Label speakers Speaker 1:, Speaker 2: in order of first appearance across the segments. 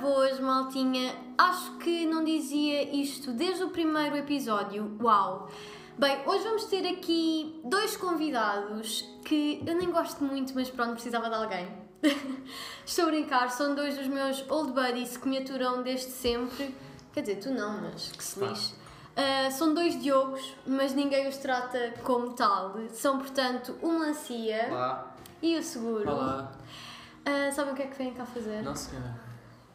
Speaker 1: boas, maltinha. Acho que não dizia isto desde o primeiro episódio. Uau! Bem, hoje vamos ter aqui dois convidados que eu nem gosto muito, mas pronto, precisava de alguém. Estou a brincar, são dois dos meus old buddies que me aturam desde sempre. Quer dizer, tu não, mas que se
Speaker 2: Pá.
Speaker 1: lixe. Ah, são dois Diogos, mas ninguém os trata como tal. São, portanto, o Melancia
Speaker 2: Olá.
Speaker 1: e o Seguro.
Speaker 2: Olá.
Speaker 1: Ah, sabem o que é que vêm cá fazer?
Speaker 2: Não, senhora.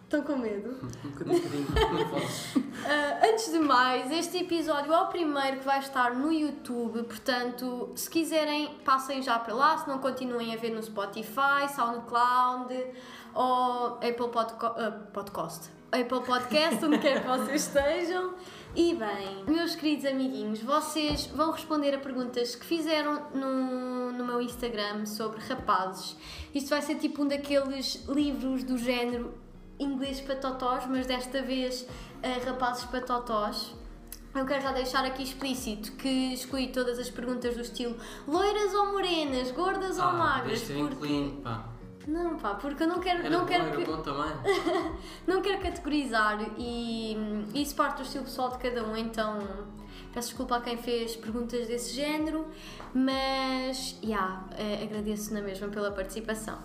Speaker 1: Estão com medo?
Speaker 2: Um bocadinho, um bocadinho. Não posso.
Speaker 1: Ah, antes de mais, este episódio é o primeiro que vai estar no YouTube, portanto, se quiserem, passem já para lá, se não continuem a ver no Spotify, SoundCloud ou Apple Podco ah, Podcast. Apple Podcast, onde quer que vocês estejam. E bem, meus queridos amiguinhos, vocês vão responder a perguntas que fizeram no, no meu Instagram sobre rapazes. Isto vai ser tipo um daqueles livros do género inglês para totós, mas desta vez eh, rapazes para totós. Eu quero já deixar aqui explícito que escolhi todas as perguntas do estilo loiras ou morenas, gordas
Speaker 3: Ah,
Speaker 1: ou magras,
Speaker 2: Este é
Speaker 1: porque...
Speaker 2: inclino, pá.
Speaker 1: Não pá, porque eu não quero,
Speaker 2: Era
Speaker 1: não
Speaker 2: bom,
Speaker 1: quero
Speaker 2: era
Speaker 1: que-
Speaker 2: bom também.
Speaker 1: não quero categorizar e hum, isso parte do estilo pessoal de cada um, então peço desculpa a quem fez perguntas desse género, mas yeah, eh, agradeço na mesma pela participação.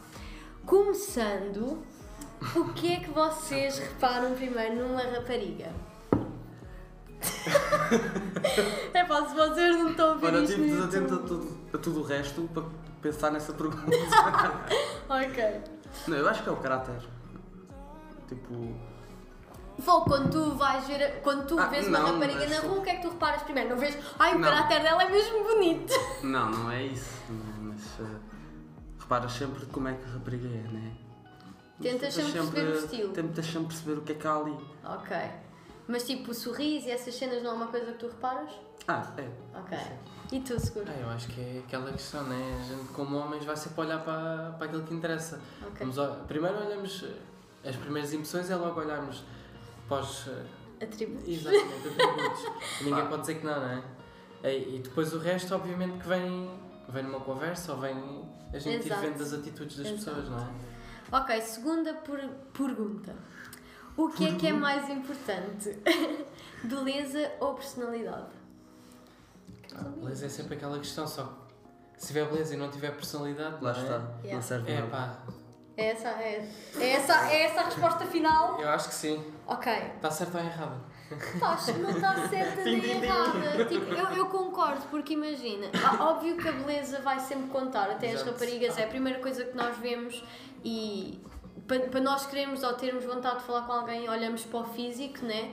Speaker 1: Começando, o que é que vocês reparam primeiro numa rapariga? é pá, se vocês não estão a ver
Speaker 3: Olha, eu
Speaker 1: isto
Speaker 3: tive
Speaker 1: no
Speaker 3: desatento a
Speaker 1: YouTube.
Speaker 3: tudo, a tudo o resto para pensar nessa pergunta.
Speaker 1: Ok.
Speaker 3: não, eu acho que é o caráter. Tipo.
Speaker 1: Vou, quando tu vais ver, a- quando tu
Speaker 3: Ah,
Speaker 1: vês uma
Speaker 3: não,
Speaker 1: rapariga
Speaker 3: mas
Speaker 1: na
Speaker 3: tu-
Speaker 1: rua, o que é que tu reparas primeiro? Não vês, ai, o
Speaker 3: Não.
Speaker 1: caráter dela é mesmo bonito.
Speaker 3: Não, não é isso. Mas. eh, reparas sempre como é que a rapariga é, né?
Speaker 1: Tentas sempre perceber o estilo.
Speaker 3: Tentas sempre perceber o que é que há ali.
Speaker 1: Ok. Mas tipo, o sorriso e essas cenas não é uma coisa que tu reparas?
Speaker 3: Ah, é.
Speaker 1: Ok. E tu, seguro?
Speaker 2: Ah, eu acho que é aquela questão, né? A gente, como homens, vai sempre olhar para, para aquilo que interessa.
Speaker 1: Ok.
Speaker 2: Vamos ao- primeiro olhamos. eh, As primeiras impressões é logo olharmos para os. eh,
Speaker 1: Atributo.
Speaker 2: Exatamente, atributos. Ninguém
Speaker 3: Pá.
Speaker 2: pode dizer que não, não é? E, e depois o resto, obviamente, que vem, vem numa conversa ou vem. A gente ir
Speaker 1: Exato.
Speaker 2: vendo das atitudes das
Speaker 1: Exato.
Speaker 2: pessoas, não é?
Speaker 1: Ok, segunda por- pergunta. O que é que é mais importante? Beleza ou personalidade?
Speaker 2: Ah, beleza é sempre aquela questão, só que se tiver beleza e não tiver personalidade,
Speaker 3: Lá
Speaker 2: não é?
Speaker 3: está.
Speaker 1: Yeah.
Speaker 3: Não serve
Speaker 2: É
Speaker 3: nada.
Speaker 2: pá,
Speaker 1: É essa, é, é essa, é essa a resposta final?
Speaker 2: eu acho que sim.
Speaker 1: Ok.
Speaker 2: Está certo ou errado?
Speaker 1: Acho que não está certa nem errada. Tipo, eu, eu concordo, porque imagina, ah, óbvio que a beleza vai sempre contar, até as
Speaker 2: Exato.
Speaker 1: raparigas é a primeira coisa que nós vemos e para, para nós queremos ou termos vontade de falar com alguém, olhamos para o físico, né?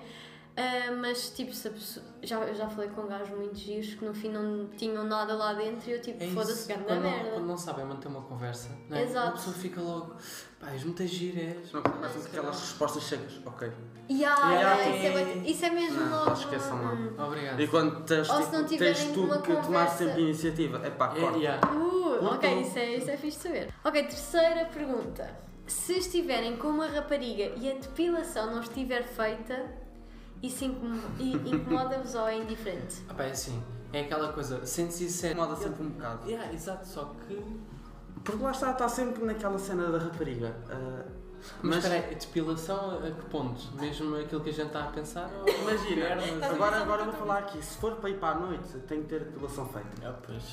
Speaker 1: Ah, mas tipo, se a pessoa- já, eu já falei com gajos muito giros que no fim não tinham nada lá dentro e eu tipo,
Speaker 2: É isso.
Speaker 1: foda-se, grande
Speaker 2: quando, não-
Speaker 1: merda.
Speaker 2: quando não sabem manter uma conversa, não é?
Speaker 1: Exato.
Speaker 2: a pessoa fica logo, pá, és muita gira, és.
Speaker 3: Não começam com aquelas respostas secas. Ok.
Speaker 1: Yeah,
Speaker 2: Yeah,
Speaker 1: yeah, isso, é,
Speaker 2: é-
Speaker 1: bué- isso é mesmo
Speaker 3: Não,
Speaker 1: logo.
Speaker 3: esqueçam lá.
Speaker 1: hum,
Speaker 2: Obrigado.
Speaker 3: E quando tens,
Speaker 1: Ou se não
Speaker 3: tipo,
Speaker 1: tiverem
Speaker 3: tens
Speaker 1: uma
Speaker 3: tu que tomar
Speaker 1: conversa.
Speaker 3: sempre iniciativa. É pá,
Speaker 2: É,
Speaker 3: corta.
Speaker 2: yeah.
Speaker 1: Uh,
Speaker 2: Ou
Speaker 1: ok,
Speaker 2: tu.
Speaker 1: isso é, isso é fixe de saber. Ok, terceira pergunta. Se estiverem com uma rapariga e a depilação não estiver feita, isso incom- e- incomoda-vos ou é indiferente?
Speaker 2: Ah, pá, é assim, é aquela coisa, sente sincero.
Speaker 3: Incomoda sempre um bocado.
Speaker 2: Yeah, exato, só que.
Speaker 3: Porque lá está, está sempre naquela cena da rapariga. ah,
Speaker 2: Mas espera aí, a depilação a que pontos? Mesmo aquilo que a gente está a pensar? Ou...
Speaker 3: Imagina,
Speaker 2: Merda.
Speaker 3: agora, agora vou falar aqui, se for para ir para a noite, tenho que ter a depilação feita.
Speaker 2: Ah, pois.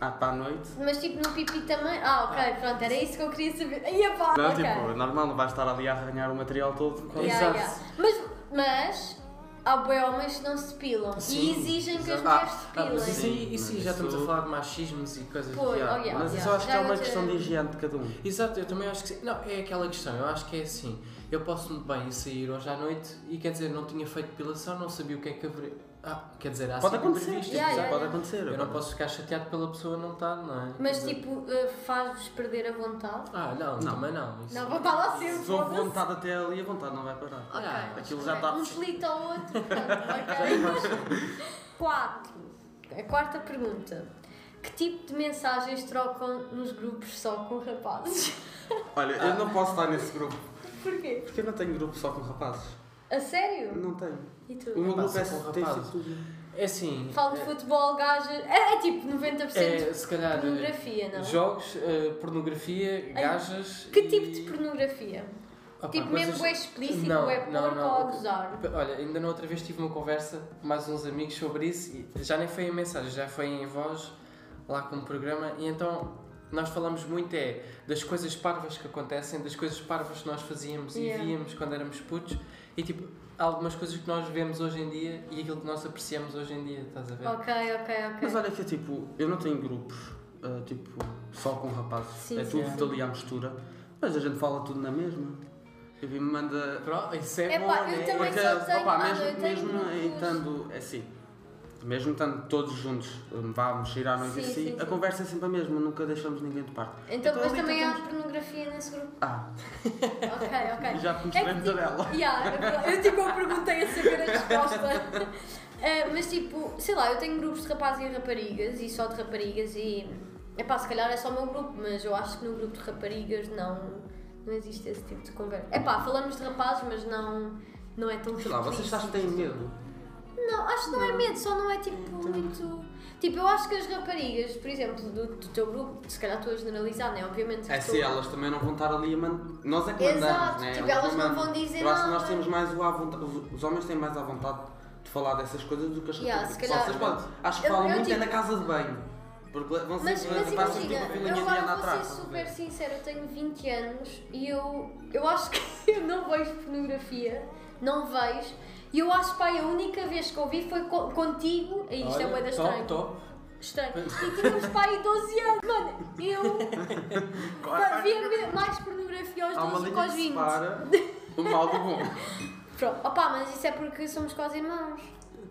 Speaker 3: Ah, para a noite?
Speaker 1: Mas tipo no pipi também? Ah, ok, pronto, era isso que eu queria saber. Ai, apá,
Speaker 3: Não,
Speaker 1: Ah, ok.
Speaker 3: tipo, normal, não vais estar ali a arranhar o material todo. é assim, com-
Speaker 1: Yeah,
Speaker 2: Exato.
Speaker 1: yeah. Mas, mas há bué homens que não se depilam e
Speaker 2: Sim,
Speaker 1: exigem que as
Speaker 3: exato.
Speaker 1: mulheres
Speaker 3: Ah,
Speaker 2: Ah, mas
Speaker 1: se
Speaker 2: isso
Speaker 1: depilem.
Speaker 2: aí, isso aí
Speaker 3: Mas
Speaker 2: já estamos a
Speaker 3: isso-
Speaker 2: falar de machismos e coisas
Speaker 1: Tá Pois,
Speaker 2: Yeah.
Speaker 1: oh, yeah.
Speaker 3: Mas isso
Speaker 1: yeah.
Speaker 3: eu acho que
Speaker 1: Já
Speaker 3: é uma
Speaker 1: vou ter-
Speaker 3: questão de higiene de cada um.
Speaker 2: Exato, eu também acho que sim. Não, é aquela questão, eu acho que é assim. Eu posso muito bem sair hoje à noite e quer dizer, não tinha feito depilação, não sabia o que é que haveria. Ah, quer dizer, há
Speaker 3: Pode
Speaker 2: sempre
Speaker 3: acontecer,
Speaker 2: imprevistos,
Speaker 1: Yeah,
Speaker 2: exato.
Speaker 1: yeah,
Speaker 3: pode
Speaker 1: yeah.
Speaker 3: acontecer.
Speaker 2: Eu não posso ficar chateado pela pessoa não estar, não é?
Speaker 1: Mas
Speaker 2: Quer dizer,
Speaker 1: tipo, eh, faz-vos perder a vontade?
Speaker 2: Ah, não,
Speaker 3: Não.
Speaker 2: também não. Isso...
Speaker 1: Não, vou estar lá sempre.
Speaker 3: Se houve
Speaker 1: foda-se.
Speaker 3: vontade até ali, a vontade não vai parar.
Speaker 1: Ok.
Speaker 2: Ah,
Speaker 3: aquilo já está-
Speaker 1: Um delito ao outro. pronto, ok. Quatro. A quarta pergunta. Que tipo de mensagens trocam nos grupos só com rapazes?
Speaker 3: Olha, eu não posso estar nesse grupo.
Speaker 1: Porquê?
Speaker 3: Porque eu não tenho grupo só com rapazes.
Speaker 1: A sério?
Speaker 3: Não tenho.
Speaker 1: E
Speaker 3: O
Speaker 1: tu?
Speaker 3: meu
Speaker 2: Rapazes
Speaker 3: grupo é
Speaker 2: só com
Speaker 3: tem
Speaker 2: rapazes.
Speaker 3: sido tudo.
Speaker 2: É assim.
Speaker 1: Falo de
Speaker 2: é-
Speaker 1: futebol, gajas. É, é tipo 90%
Speaker 2: é,
Speaker 1: de
Speaker 2: se calhar. eh,
Speaker 1: pornografia, não?
Speaker 2: Jogos, eh, pornografia, gajas.
Speaker 1: Que
Speaker 2: e-
Speaker 1: tipo de pornografia?
Speaker 2: Opa,
Speaker 1: Tipo, mesmo bué explícito,
Speaker 2: Não,
Speaker 1: bué
Speaker 2: não,
Speaker 1: porco
Speaker 2: não.
Speaker 1: ou a gozar.
Speaker 2: Olha, ainda na outra vez tive uma conversa com mais uns amigos sobre isso e já nem foi em mensagem, já foi em voz lá com o programa e então nós falamos muito é das coisas parvas que acontecem, das coisas parvas que nós fazíamos
Speaker 4: Yeah.
Speaker 2: e víamos quando éramos putos e tipo, há algumas coisas que nós vemos hoje em dia e aquilo que nós apreciamos hoje em dia, estás a ver?
Speaker 4: Ok, ok,
Speaker 3: Mas
Speaker 4: ok.
Speaker 3: olha que tipo, eu não tenho grupos, ah, tipo, só com rapazes.
Speaker 4: Sim,
Speaker 3: é
Speaker 4: sim,
Speaker 3: tudo
Speaker 2: sim.
Speaker 3: ali à mistura. Mas a gente fala tudo na mesma. Tipo, E me manda.
Speaker 2: Pronto, isso é,
Speaker 1: É
Speaker 2: bom,
Speaker 1: pá, eu
Speaker 2: né?
Speaker 1: também-
Speaker 3: Porque,
Speaker 1: só tenho-
Speaker 3: opa,
Speaker 1: olha, eu
Speaker 3: mesmo,
Speaker 1: tenho
Speaker 3: mesmo
Speaker 1: grupos.
Speaker 3: estando é assim, mesmo estando todos juntos, hum, vá mexer à noite e
Speaker 4: Sim,
Speaker 3: assim,
Speaker 4: sim,
Speaker 3: a
Speaker 4: sim.
Speaker 3: conversa é sempre a mesma, nunca deixamos ninguém de parte.
Speaker 4: Então, mas
Speaker 3: ali
Speaker 4: também há
Speaker 3: tentamos-
Speaker 4: pornografia nesse grupo.
Speaker 3: Ah,
Speaker 4: Ok, ok.
Speaker 3: já percebemos a dela.
Speaker 1: É Yeah, eu tipo, eu perguntei a saber a resposta. Eh, mas tipo, sei lá, eu tenho grupos de rapazes e raparigas e só de raparigas e. Epá, se calhar é só o meu grupo, mas eu acho que no grupo de raparigas não, não existe esse tipo de conversa. Epá, falamos de rapazes, mas não, não é tão
Speaker 3: Sei lá, vocês
Speaker 1: explícito.
Speaker 3: acham que têm medo?
Speaker 1: Não, acho que não, é medo, só não é tipo muito. Tipo, eu acho que as raparigas, por exemplo, do, do teu grupo, se calhar estou a generalizar, né? Obviamente.
Speaker 3: É
Speaker 1: estou-
Speaker 3: se elas também não vão estar ali a mandar. Nós é que
Speaker 1: Exato,
Speaker 3: mandamos, né?
Speaker 1: tipo, elas não
Speaker 3: mandam.
Speaker 1: vão dizer
Speaker 3: Eu acho que nós
Speaker 1: nada.
Speaker 3: temos mais o à vontade, os, os homens têm mais à vontade de falar dessas coisas do que as
Speaker 1: Yeah,
Speaker 3: raparigas.
Speaker 1: se calhar-
Speaker 3: Vocês podem. Acho que
Speaker 1: Eu-
Speaker 3: falam
Speaker 1: eu
Speaker 3: muito é
Speaker 1: digo-
Speaker 3: na casa de banho. Porque vão ser
Speaker 1: Mas,
Speaker 3: passam
Speaker 1: mas imagina,
Speaker 3: tipo
Speaker 1: eu
Speaker 3: filhinhas de Ana
Speaker 1: agora vou
Speaker 3: atrás.
Speaker 1: ser
Speaker 3: estás a
Speaker 1: super
Speaker 3: ver?
Speaker 1: sincera, eu tenho 20 anos e eu, eu acho que eu não vejo pornografia, não vejo, e eu acho, pai, a única vez que ouvi foi co- contigo, e isto é
Speaker 2: Olha,
Speaker 1: boeda
Speaker 2: top,
Speaker 1: estranho,
Speaker 2: top.
Speaker 1: estranho, e tínhamos, pai, 12 anos, mano, eu pá, via me- mais pornografia aos
Speaker 3: Há uma
Speaker 1: 12 do que
Speaker 3: linha
Speaker 1: aos
Speaker 3: que
Speaker 1: 20.
Speaker 3: separa o mal do bom.
Speaker 1: Pronto, opá, mas isso é porque somos quase irmãos.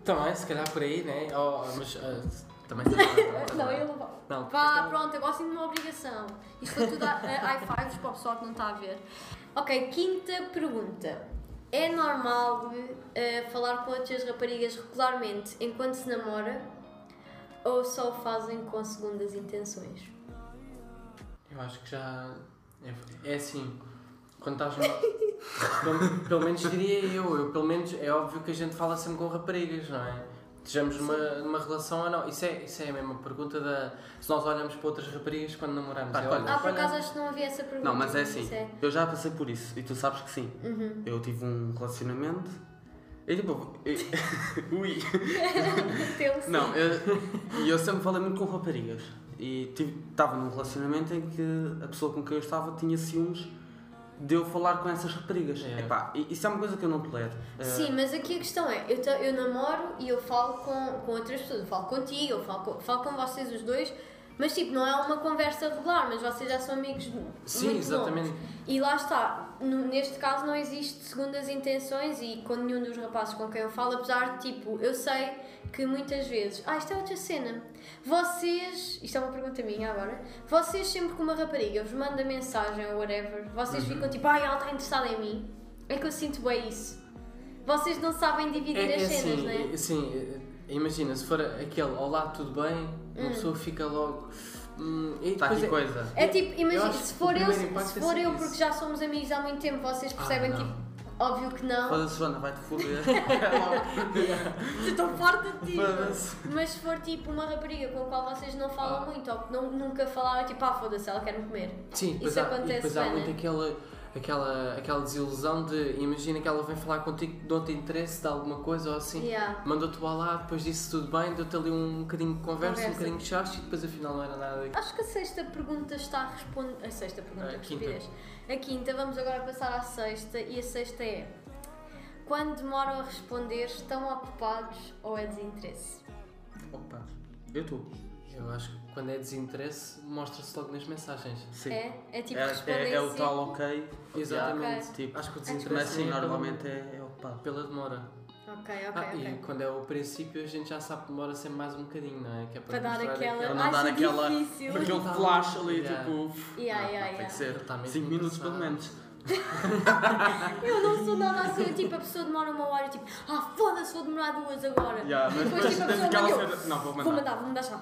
Speaker 2: Também, se calhar por aí, né? Oh, mas ah, também se calhar-
Speaker 1: É, Não, ele vai.
Speaker 2: Não,
Speaker 1: Vá, pronto, agora sinto-me uma obrigação. Isto foi tudo a, a high fives para o pessoal que não está a ver. Ok, quinta pergunta. É normal eh, falar com outras raparigas regularmente enquanto se namora ou só o fazem com segundas intenções?
Speaker 2: Eu acho que já. É, é assim. Quando estás numa. pelo, pelo menos diria eu, eu. Pelo menos é óbvio que a gente fala sempre com raparigas, não é? Estejamos numa, numa relação ou não. Isso é, isso é a mesma pergunta da. Se nós olhamos para outras raparigas quando namoramos.
Speaker 3: Ah,
Speaker 2: é,
Speaker 3: claro.
Speaker 2: olha,
Speaker 1: Ah, por
Speaker 2: olha,
Speaker 1: acaso acho que não havia essa pergunta.
Speaker 3: Não, mas é assim,
Speaker 1: isso é. Uhum.
Speaker 3: eu já passei por isso e tu sabes que sim. Eu tive um relacionamento e tipo. eu- Ui!
Speaker 1: Tenso.
Speaker 3: Não, eu, e eu sempre falei muito com raparigas. E estava num relacionamento em que a pessoa com quem eu estava tinha ciúmes de eu falar com essas raparigas.
Speaker 2: É.
Speaker 3: Epá, i- isso é uma coisa que eu não tolero.
Speaker 2: Ah.
Speaker 3: Eh,
Speaker 1: Sim, mas aqui a questão é, eu, ta- eu namoro e eu falo com, com outras pessoas, eu falo contigo, eu falo com, falo com vocês os dois, mas tipo, não é uma conversa regular, mas vocês já são amigos mu-
Speaker 2: Sim,
Speaker 1: muito
Speaker 2: exatamente.
Speaker 1: longos. E lá está, no- neste caso não existe segundas intenções e com nenhum dos rapazes com quem eu falo, apesar de tipo, eu sei que muitas vezes, ah, isto é outra cena, vocês, isto é uma pergunta minha agora, vocês sempre que uma rapariga vos manda mensagem ou whatever, vocês
Speaker 2: Uhum.
Speaker 1: ficam tipo, ai, ela está interessada em mim, é que eu sinto bem isso. Vocês não sabem dividir
Speaker 2: É, é
Speaker 1: as cenas,
Speaker 2: assim,
Speaker 1: não
Speaker 2: é-
Speaker 1: é?
Speaker 2: assim, é- imagina, se for aquele olá, tudo bem, uma pessoa fica logo. Hum, e
Speaker 3: Está
Speaker 2: depois
Speaker 3: Tá aqui
Speaker 2: é-
Speaker 3: coisa.
Speaker 1: É tipo, imagina,
Speaker 2: acho
Speaker 1: se
Speaker 2: que
Speaker 1: for
Speaker 2: o
Speaker 1: eu, se
Speaker 2: primeiro impacto é
Speaker 1: for
Speaker 2: sempre
Speaker 1: eu,
Speaker 2: isso. Ah,
Speaker 1: porque já somos amigos há muito tempo, vocês percebem,
Speaker 2: não.
Speaker 1: tipo, óbvio que não,
Speaker 3: Foda-se, Joana, vai-te foder.
Speaker 1: estou farta de ti.
Speaker 3: Foda-se.
Speaker 1: Mas se for tipo uma rapariga com a qual vocês não
Speaker 2: Ah.
Speaker 1: falam muito, ou que não, nunca falaram, tipo, ah, foda-se, ela quer-me comer.
Speaker 2: Sim, depois
Speaker 1: Isso
Speaker 2: há,
Speaker 1: acontece
Speaker 2: e depois há
Speaker 1: bem,
Speaker 2: muito
Speaker 1: né?
Speaker 2: aquela, aquela, aquela desilusão de imagina que ela vem falar contigo, não-te interesse de alguma coisa ou assim.
Speaker 1: Yeah.
Speaker 2: Mandou-te o lá, depois disse tudo bem, deu-te ali um bocadinho de conversa,
Speaker 1: Conversa.
Speaker 2: um bocadinho de chás e depois afinal não era nada. daquilo.
Speaker 1: Acho que a sexta pergunta está a responder. A sexta pergunta,
Speaker 2: A
Speaker 1: que
Speaker 2: quinta.
Speaker 1: estupidez. A quinta, vamos agora passar à sexta e a sexta é. Quando demoram a responder, estão ocupados ou é desinteresse?
Speaker 3: Opa, eu estou.
Speaker 2: Eu acho que quando é desinteresse, mostra-se logo nas mensagens.
Speaker 3: Sim.
Speaker 1: É? É tipo
Speaker 3: É-
Speaker 1: responder
Speaker 3: é- é o tal ok.
Speaker 2: Exatamente.
Speaker 1: Ok.
Speaker 3: Tipo,
Speaker 2: Acho que o
Speaker 3: mas
Speaker 2: desinteresse
Speaker 3: sim,
Speaker 2: é pela-
Speaker 3: normalmente é, é ocupado.
Speaker 2: Pela demora.
Speaker 1: Ok, ok,
Speaker 2: ah,
Speaker 1: ok.
Speaker 2: E quando é o princípio, a gente já sabe que demora sempre mais um bocadinho, não é? Que é para,
Speaker 1: Para dar
Speaker 2: mostrar
Speaker 1: aquela-
Speaker 3: Para
Speaker 2: aquele-
Speaker 3: não
Speaker 1: Acho
Speaker 3: dar aquela.
Speaker 1: difícil.
Speaker 3: aquele flash ali,
Speaker 2: Yeah.
Speaker 3: tipo. uf,
Speaker 1: Yeah,
Speaker 3: não,
Speaker 1: yeah,
Speaker 3: não, Tem
Speaker 1: yeah.
Speaker 3: que ser
Speaker 2: Ele tá mesmo
Speaker 3: 5 minutos
Speaker 2: cansado.
Speaker 3: pelo menos.
Speaker 1: Eu não sou nada assim, eu, tipo, a pessoa demora uma hora e tipo, ah, foda-se, vou demorar duas agora.
Speaker 3: Yeah, mas
Speaker 1: depois
Speaker 3: depois
Speaker 1: tipo, a
Speaker 3: tens
Speaker 1: pessoa
Speaker 3: aquela
Speaker 1: manda eu,
Speaker 3: cena. Não, vou
Speaker 1: Vou
Speaker 3: mandar.
Speaker 1: mandar, vou mandar já.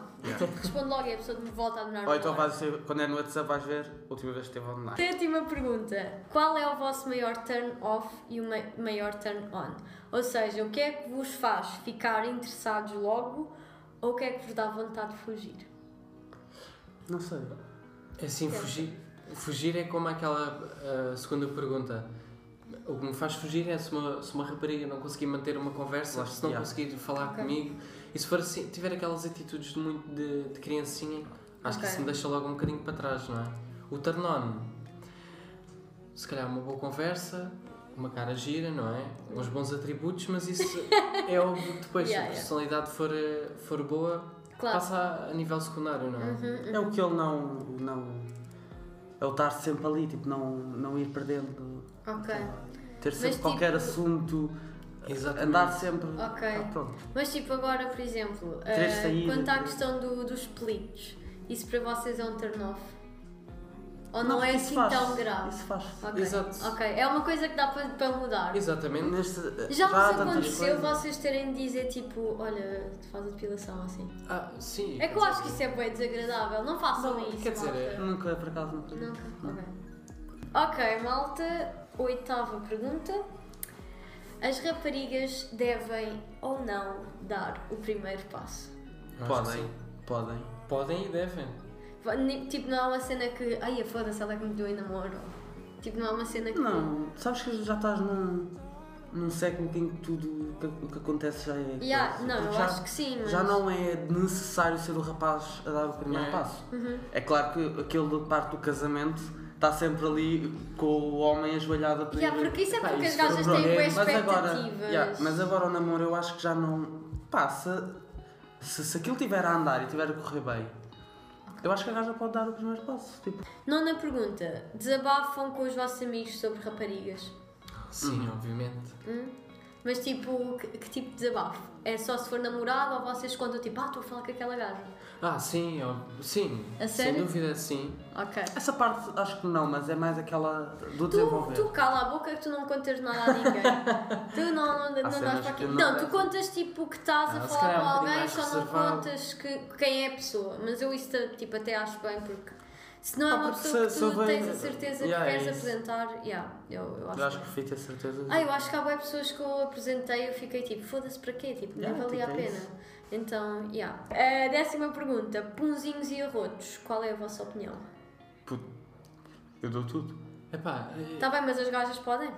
Speaker 1: Responde logo e a pessoa me volta a demorar
Speaker 3: Ou
Speaker 1: uma
Speaker 3: então
Speaker 1: hora.
Speaker 3: vais ser, quando é no WhatsApp vais ver, última vez que esteve online.
Speaker 1: Sétima pergunta. Qual é o vosso maior turn off e o ma- maior turn on? Ou seja, o que é que vos faz ficar interessados logo ou o que é que vos dá vontade de fugir?
Speaker 3: Não sei.
Speaker 2: É assim, fugir, fugir é como aquela ah, segunda pergunta. O que me faz fugir é se uma, se uma rapariga não conseguir manter uma conversa,
Speaker 3: Lá
Speaker 2: se não
Speaker 3: está.
Speaker 2: conseguir falar
Speaker 1: Ok.
Speaker 2: comigo e se for assim, tiver aquelas atitudes de muito de, de criancinha, acho
Speaker 1: Ok.
Speaker 2: que isso me deixa logo um bocadinho para trás, não é? O turn on, se calhar uma boa conversa, uma cara gira, não é? Uns bons atributos, mas isso é óbvio que depois,
Speaker 1: Yeah, yeah.
Speaker 2: se a personalidade for, eh, for boa,
Speaker 1: Claro. Uhum.
Speaker 2: passa a- a nível secundário, não é?
Speaker 3: É o que ele não. não é o estar sempre ali, tipo, não, não ir perdendo.
Speaker 1: Ok.
Speaker 3: Ter sempre
Speaker 1: tipo-
Speaker 3: qualquer assunto,
Speaker 2: Exatamente.
Speaker 3: andar sempre.
Speaker 1: Ok.
Speaker 3: Ah, pronto.
Speaker 1: Mas tipo agora, por exemplo,
Speaker 3: Queres
Speaker 1: eh,
Speaker 3: sair,
Speaker 1: quanto à
Speaker 3: eh,
Speaker 1: questão do, dos splits, isso para vocês é um turn off? Ou não,
Speaker 3: Não,
Speaker 1: é
Speaker 3: isso
Speaker 1: assim
Speaker 3: faz,
Speaker 1: tão grave?
Speaker 3: Isso faz.
Speaker 1: Ok.
Speaker 2: Exato.
Speaker 1: Ok, é uma coisa que dá para, para mudar.
Speaker 2: Exatamente.
Speaker 3: Neste-
Speaker 1: Já
Speaker 3: há
Speaker 1: vos
Speaker 3: tantas
Speaker 1: aconteceu
Speaker 3: coisas.
Speaker 1: vocês terem de dizer tipo, olha, tu faz a depilação assim?
Speaker 2: Ah, sim.
Speaker 1: É que eu acho que isso é bem desagradável, não façam
Speaker 2: assim. Não,
Speaker 1: isso.
Speaker 2: quer dizer,
Speaker 1: malta.
Speaker 2: é-
Speaker 3: Nunca, por acaso, nunca.
Speaker 1: Nunca? Ok. Ok, malta, oitava pergunta. As raparigas devem ou não dar o primeiro passo?
Speaker 2: Eu acho que
Speaker 3: Podem,
Speaker 2: sim.
Speaker 3: podem.
Speaker 2: Podem e devem.
Speaker 1: Va- ni- Tipo, não há uma cena que. Ai, foda-se, ela é que me deu em namoro. Tipo, não há uma cena que.
Speaker 3: Não, sabes que já estás num, num século em que tudo o que, o que acontece já é.
Speaker 1: Yeah,
Speaker 3: coisa.
Speaker 1: não, eu
Speaker 3: já,
Speaker 1: acho que sim, mas.
Speaker 3: já não é necessário ser o rapaz a dar o primeiro
Speaker 2: É.
Speaker 3: passo.
Speaker 1: Uhum.
Speaker 3: É claro que aquele parte do casamento está sempre ali com o homem ajoelhado a pedir.
Speaker 1: Yeah, porque isso é
Speaker 2: Pá,
Speaker 1: porque as
Speaker 2: isso
Speaker 1: gajas
Speaker 2: foi um
Speaker 1: têm
Speaker 2: problema.
Speaker 1: boas
Speaker 3: mas,
Speaker 1: expectativas.
Speaker 3: agora, yeah, mas agora o namoro eu acho que já não. passa. Se, se aquilo estiver a andar e estiver a correr bem, eu acho que a gaja pode dar o primeiro passo. Tipo,
Speaker 1: Nona pergunta: desabafam com os vossos amigos sobre raparigas?
Speaker 2: Sim, obviamente.
Speaker 1: Mas tipo, que, que tipo de desabafo? É só se for namorado ou vocês contam tipo, ah, estou a falar com aquela gaja?
Speaker 2: Ah, sim, ó, sim.
Speaker 1: A
Speaker 2: Sem
Speaker 1: sério?
Speaker 2: dúvida, sim.
Speaker 1: Ok.
Speaker 3: essa parte acho que não, mas é mais aquela do
Speaker 1: Tu,
Speaker 3: desenvolver.
Speaker 1: tu cala a boca que tu não contas nada a ninguém. tu não, não,
Speaker 3: Há
Speaker 1: não dás
Speaker 3: cenas
Speaker 1: para aqui.
Speaker 3: que eu
Speaker 1: Não,
Speaker 3: não-
Speaker 1: tu contas tipo que estás a
Speaker 2: Ah, se
Speaker 1: falar com
Speaker 2: calhar é um bocadinho
Speaker 1: alguém,
Speaker 2: mais
Speaker 1: só não
Speaker 2: reservado.
Speaker 1: contas que, quem é a pessoa. Mas eu isso tipo, até acho bem porque se não é
Speaker 3: Ah,
Speaker 1: uma
Speaker 3: porque
Speaker 1: pessoa que
Speaker 3: se-
Speaker 1: tu
Speaker 3: se eu
Speaker 1: tens
Speaker 3: vejo-
Speaker 1: a certeza
Speaker 3: Yeah,
Speaker 1: que
Speaker 3: é
Speaker 1: queres
Speaker 3: isso.
Speaker 1: apresentar, yeah, eu, eu acho.
Speaker 3: Eu acho que
Speaker 1: bem.
Speaker 3: fui ter certeza.
Speaker 1: Ah, eu acho que há boas pessoas que eu apresentei e eu fiquei tipo, foda-se para quê? Tipo, nem
Speaker 3: Yeah,
Speaker 1: valia
Speaker 3: tipo,
Speaker 1: a
Speaker 3: é
Speaker 1: pena.
Speaker 3: isso.
Speaker 1: Então, yeah. A décima pergunta: punzinhos e arrotos, qual é a vossa opinião?
Speaker 3: Puto, eu dou tudo.
Speaker 2: Epá, é...
Speaker 1: Está Tá bem, mas as gajas podem?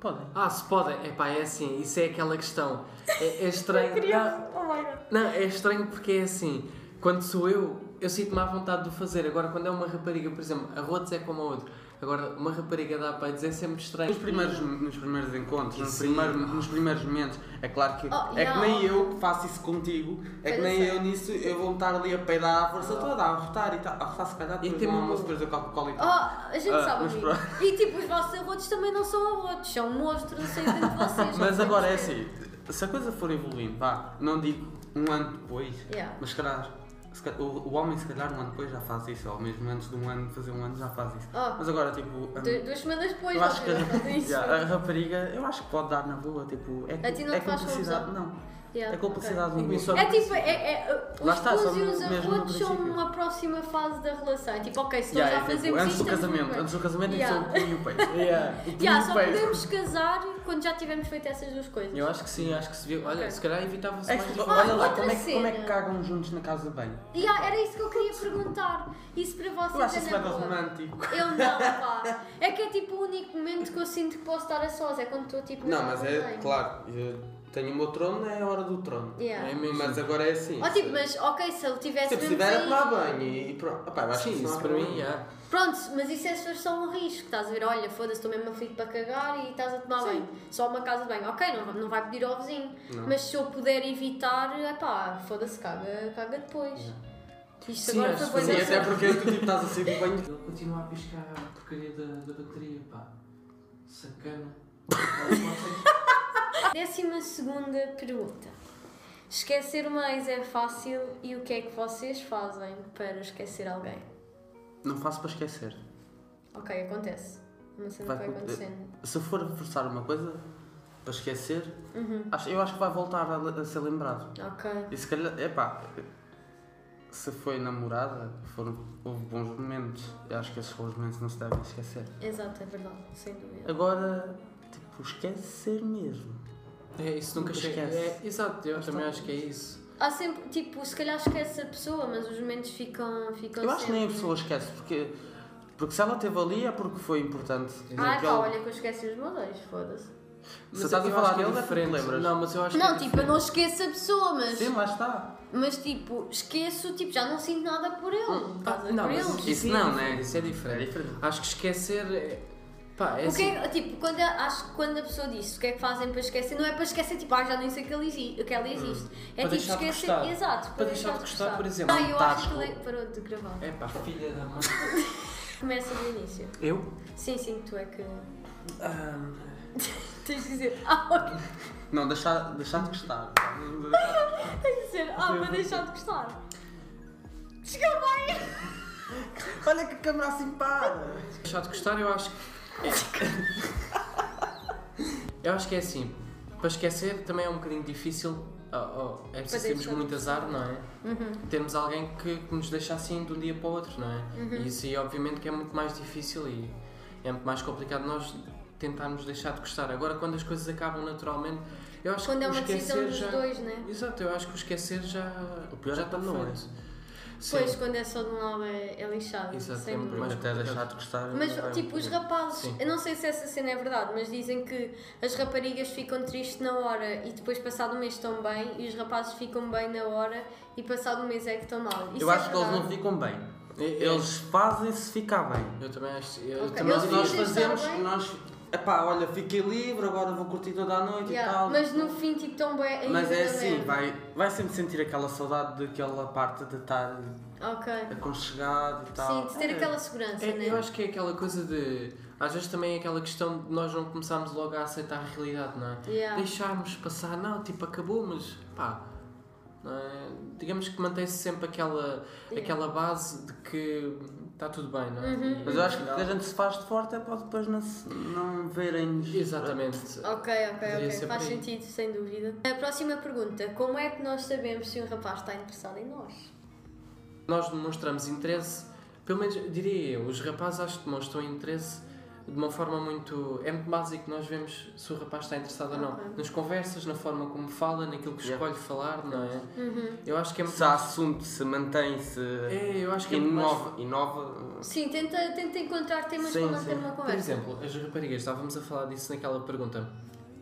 Speaker 3: Podem.
Speaker 2: Ah, se podem. Epá, é assim. Isso é aquela questão. É, é estranho. não,
Speaker 1: Oh my god.
Speaker 2: não, é estranho porque é assim. Quando sou eu, eu sinto-me à vontade de o fazer. Agora, quando é uma rapariga, por exemplo, a Rhodes é como a outra. Agora, uma rapariga dá para dizer é sempre estranho.
Speaker 3: Nos primeiros, nos primeiros encontros, nos,
Speaker 2: Sim.
Speaker 3: primeiro, nos primeiros momentos, é claro que
Speaker 1: Oh,
Speaker 3: é que
Speaker 1: yeah.
Speaker 3: nem eu que faço isso contigo, é que
Speaker 1: Pois
Speaker 3: nem
Speaker 1: é.
Speaker 3: eu nisso, eu vou estar ali a peidar à força toda, a rotar e tal, a rotar se calhar
Speaker 2: E
Speaker 3: depois
Speaker 2: tem
Speaker 3: não há
Speaker 2: uma-
Speaker 3: uma surpresa com Coca-Cola e
Speaker 1: Oh,
Speaker 3: tal.
Speaker 1: a gente
Speaker 3: Ah,
Speaker 1: sabe
Speaker 3: mas
Speaker 1: amigo.
Speaker 3: pronto.
Speaker 1: E tipo, os vossos arrotos também não são arrotos, são monstros, não sei o que de vocês. não
Speaker 3: Mas
Speaker 1: sei
Speaker 3: agora é
Speaker 1: porquê.
Speaker 3: assim, se a coisa for evoluindo, vá, não digo um ano depois,
Speaker 1: Yeah.
Speaker 3: mas se calhar, se calhar- o, o homem se calhar um ano depois já faz isso, ou mesmo antes de um ano, fazer um ano já faz isso.
Speaker 1: Oh.
Speaker 3: Mas agora tipo, a-
Speaker 1: Du- duas semanas depois,
Speaker 3: eu acho que
Speaker 1: vocês não
Speaker 3: a,
Speaker 1: fazem isso.
Speaker 3: yeah, é. a rapariga, eu acho que pode dar na boa, tipo, é,
Speaker 1: A ti não
Speaker 3: é
Speaker 1: te faz
Speaker 3: cumplicidade,
Speaker 1: confusão?
Speaker 3: não.
Speaker 1: Yeah,
Speaker 3: É cumplicidade
Speaker 2: ok.
Speaker 3: do
Speaker 2: Isso
Speaker 1: ok. É tipo, é, é, uh,
Speaker 3: Lá
Speaker 1: os
Speaker 3: está,
Speaker 1: pus
Speaker 3: são
Speaker 1: e os
Speaker 3: mesmo no
Speaker 1: arrotos são
Speaker 3: princípio.
Speaker 1: uma próxima fase da relação. É Tipo, ok, se nós já
Speaker 3: tipo,
Speaker 1: fazemos
Speaker 3: antes
Speaker 1: isto.
Speaker 3: do
Speaker 1: estamos
Speaker 3: casamento,
Speaker 1: bem.
Speaker 3: antes do casamento
Speaker 1: Yeah.
Speaker 3: é um que só o punho e o peito.
Speaker 2: Yeah.
Speaker 3: O punho
Speaker 1: Yeah,
Speaker 3: e
Speaker 1: só
Speaker 3: o peito.
Speaker 1: podemos casar quando já tivermos feito essas duas coisas.
Speaker 2: Eu acho que sim, acho que se viu. Olha,
Speaker 1: Ok.
Speaker 2: se calhar evitava-se
Speaker 3: É
Speaker 2: mais.
Speaker 3: que,
Speaker 2: isso.
Speaker 3: olha lá,
Speaker 1: outra
Speaker 3: como é, que, como é que
Speaker 1: cena.
Speaker 3: cagam juntos na casa de banho?
Speaker 1: Yeah, era isso que eu queria perguntar. Isso para
Speaker 3: Eu acho
Speaker 1: vocês
Speaker 3: isso
Speaker 1: é na
Speaker 3: nada
Speaker 1: boa.
Speaker 3: romântico.
Speaker 1: Eu não, pá. É que é tipo o único momento que eu sinto que posso estar a sós, é quando estou tipo.
Speaker 3: Não,
Speaker 1: na
Speaker 3: mas
Speaker 1: casa de
Speaker 3: é
Speaker 1: banho.
Speaker 3: claro, eu tenho o meu trono, é a hora do trono.
Speaker 1: Yeah.
Speaker 2: É mesmo.
Speaker 3: Mas é assim. agora é assim. Tipo,
Speaker 1: Ó, tipo, mas ok, se ele tivesse.
Speaker 3: se eu
Speaker 1: mesmo
Speaker 3: estiver a
Speaker 1: aí-
Speaker 3: tomar banho e e pronto. Opá, eu acho que
Speaker 2: Sim,
Speaker 3: não
Speaker 2: isso
Speaker 3: há
Speaker 2: para
Speaker 3: problema.
Speaker 2: mim, é.
Speaker 1: Pronto, mas isso é só- só um risco. Estás a ver, olha, foda-se, estou mesmo aflito para cagar e estás a tomar banho. Só uma casa de banho. Ok, não, não vai pedir ao vizinho.
Speaker 3: Não.
Speaker 1: Mas se eu puder evitar, é pá, foda-se, caga, caga depois. Isto
Speaker 2: Sim,
Speaker 1: agora
Speaker 2: acho
Speaker 1: foi
Speaker 3: É.
Speaker 2: que
Speaker 3: Sim,
Speaker 1: bem
Speaker 2: sim,
Speaker 3: até porque tu tipo, estás a sair do banho.
Speaker 2: Ele continua a piscar a porcaria da, da bateria, pá. Sacana.
Speaker 1: Décima segunda pergunta. Esquecer uma ex é fácil e o que é que vocês fazem para esquecer alguém?
Speaker 3: Não faço para esquecer.
Speaker 1: Ok, acontece. Uma cena
Speaker 3: Vai
Speaker 1: que vai
Speaker 3: acontecer.
Speaker 1: acontecendo.
Speaker 3: Se for forçar uma coisa para esquecer, acho- eu acho que vai voltar a- a ser lembrado.
Speaker 1: Ok.
Speaker 3: E se calhar, epá, se foi namorada, foram, houve bons momentos. Eu acho que esses bons momentos não se devem esquecer.
Speaker 1: Exato, é verdade, sem dúvida.
Speaker 3: Agora, tipo, esquecer mesmo.
Speaker 2: É, isso nunca
Speaker 3: Nunca
Speaker 2: chega.
Speaker 3: esquece.
Speaker 2: É, exato, eu
Speaker 3: Mas
Speaker 2: também
Speaker 3: tá.
Speaker 2: acho que é isso.
Speaker 1: Há sempre, tipo, se calhar esquece a pessoa, mas os momentos ficam. ficam
Speaker 3: Eu acho que nem a
Speaker 1: sempre.
Speaker 3: pessoa esquece, porque Porque se ela esteve ali é porque foi importante.
Speaker 1: Ah,
Speaker 3: Porque
Speaker 1: pá,
Speaker 3: ela-
Speaker 1: olha que eu esqueci os meus olhos, foda-se.
Speaker 2: Mas
Speaker 3: Se estás
Speaker 2: eu
Speaker 3: a falar
Speaker 2: acho que
Speaker 3: dele, é porque
Speaker 2: diferente.
Speaker 3: te lembras.
Speaker 2: Não, mas eu acho que
Speaker 1: Não,
Speaker 2: é
Speaker 1: tipo, eu não esqueço a pessoa, mas,
Speaker 3: Sim, lá está.
Speaker 1: mas tipo, esqueço, tipo, já não sinto nada por ele. estás a ver?
Speaker 2: Hum, não,
Speaker 1: por
Speaker 2: mas
Speaker 1: ele.
Speaker 2: isso,
Speaker 3: Isso não,
Speaker 2: é
Speaker 3: né?
Speaker 2: Isso é diferente.
Speaker 3: É diferente.
Speaker 2: Acho que esquecer. é- Pá, é
Speaker 1: O que
Speaker 2: assim.
Speaker 1: é- tipo, quando a, acho que quando a pessoa diz o que é que fazem para esquecer, não é para esquecer, tipo, ah, já nem sei que ela existe. Que ela existe. É
Speaker 2: Hum. Para
Speaker 1: tipo
Speaker 2: deixar de
Speaker 1: esquecer.
Speaker 2: gostar.
Speaker 1: Exato,
Speaker 2: Para deixar de gostar, por exemplo,
Speaker 1: Ah, eu
Speaker 2: um
Speaker 1: acho que
Speaker 2: tasco.
Speaker 1: ele parou de gravar.
Speaker 2: É pá, filha da mãe.
Speaker 1: Começa do início.
Speaker 2: Eu?
Speaker 1: Sim, sim, tu é que. Ah.
Speaker 2: Ahm,
Speaker 1: Tens de dizer, ah, ok.
Speaker 3: Não, deixar, deixar de gostar.
Speaker 1: Tens de dizer, ah, para deixar de gostar. Desculpa
Speaker 3: Olha que câmera assim para!
Speaker 2: deixar de gostar, eu acho que. eu acho que é assim. Para esquecer também é um bocadinho difícil. Oh, oh, é preciso
Speaker 1: Para
Speaker 2: termos
Speaker 1: deixar de
Speaker 2: muito azar, não é?
Speaker 1: Uhum.
Speaker 2: Termos alguém que, que nos deixa assim de um dia para o outro, não é?
Speaker 1: Uhum.
Speaker 2: E isso aí, obviamente, que é muito mais difícil e é muito mais complicado nós tentarmos deixar de gostar. Agora, quando as coisas acabam naturalmente, eu acho
Speaker 1: Quando
Speaker 2: que
Speaker 1: é
Speaker 2: o
Speaker 1: uma decisão
Speaker 2: esquecer
Speaker 1: dos
Speaker 2: já.
Speaker 1: dois, né?
Speaker 2: Exato, eu acho que o esquecer já.
Speaker 3: O pior
Speaker 2: já
Speaker 3: é quando não é.
Speaker 2: feito. Sim.
Speaker 1: Pois, quando é só de um lado é, é lixado.
Speaker 2: Exato,
Speaker 1: sem
Speaker 2: é muito
Speaker 1: dúvida.
Speaker 2: mais
Speaker 3: Mas até
Speaker 2: complicado.
Speaker 3: deixar de gostar.
Speaker 1: Mas,
Speaker 3: não é
Speaker 1: tipo, os
Speaker 3: muito.
Speaker 1: rapazes,
Speaker 2: Sim.
Speaker 1: eu não sei se essa cena é verdade, mas dizem que as raparigas ficam tristes na hora e depois, passado um mês, estão bem, e os rapazes ficam bem na hora e passado um mês é que estão mal. Isso
Speaker 3: Eu
Speaker 1: é
Speaker 3: acho que eles não
Speaker 1: verdade.
Speaker 3: ficam bem.
Speaker 2: É- é-
Speaker 3: Eles fazem se ficar bem.
Speaker 2: Eu também acho. Eu
Speaker 1: Ok.
Speaker 2: também
Speaker 3: Nós,
Speaker 1: Eles
Speaker 2: diria-
Speaker 3: nós
Speaker 1: fazem se
Speaker 3: fazemos.
Speaker 1: ficar bem?
Speaker 3: Nós, epá, olha, fiquei livre, agora vou curtir toda a noite
Speaker 1: Yeah,
Speaker 3: e tal.
Speaker 1: Mas no fim, tipo, estão bem. ainda
Speaker 3: Mas é
Speaker 1: na
Speaker 3: assim,
Speaker 1: merda.
Speaker 3: vai, vai sempre sentir aquela saudade daquela parte de estar
Speaker 1: Ok.
Speaker 3: aconchegado e
Speaker 1: Sim,
Speaker 3: tal.
Speaker 1: de ter
Speaker 2: É.
Speaker 1: aquela segurança,
Speaker 2: É,
Speaker 1: né?
Speaker 2: eu acho que é aquela coisa de. Às vezes também é aquela questão de nós não começarmos logo a aceitar a realidade, não é?
Speaker 1: Yeah.
Speaker 2: Deixarmos passar, não, tipo, acabou, mas pá. Não é? Digamos que mantém-se sempre aquela,
Speaker 1: Yeah. Uhum.
Speaker 2: aquela base de que está tudo bem, não é? E-
Speaker 3: Mas eu acho que a gente se faz de forte é para depois não, se- não verem-nos.
Speaker 2: Exatamente.
Speaker 1: Ok, ok,
Speaker 2: Poderia
Speaker 1: ok.
Speaker 2: ser
Speaker 1: Faz
Speaker 2: por aí.
Speaker 1: sentido, sem dúvida. A próxima pergunta: Como é que nós sabemos se um rapaz está interessado em nós?
Speaker 2: Nós demonstramos interesse, pelo menos diria eu, os rapazes acho que demonstram interesse de uma forma muito. É muito básico nós vemos se o rapaz está interessado ou não.
Speaker 1: Ok.
Speaker 2: Nas conversas, na forma como fala, naquilo que
Speaker 3: Yeah.
Speaker 2: escolhe falar, não é?
Speaker 1: Uhum.
Speaker 2: Eu acho que é muito.
Speaker 3: Se há assunto, se mantém, se
Speaker 2: É, eu acho que é muito mais
Speaker 3: inova, inova.
Speaker 1: Sim, tenta, tenta encontrar temas
Speaker 3: Sim,
Speaker 1: para manter
Speaker 3: sim.
Speaker 1: uma
Speaker 2: Por
Speaker 1: conversa.
Speaker 2: exemplo, as raparigas, estávamos a falar disso naquela pergunta.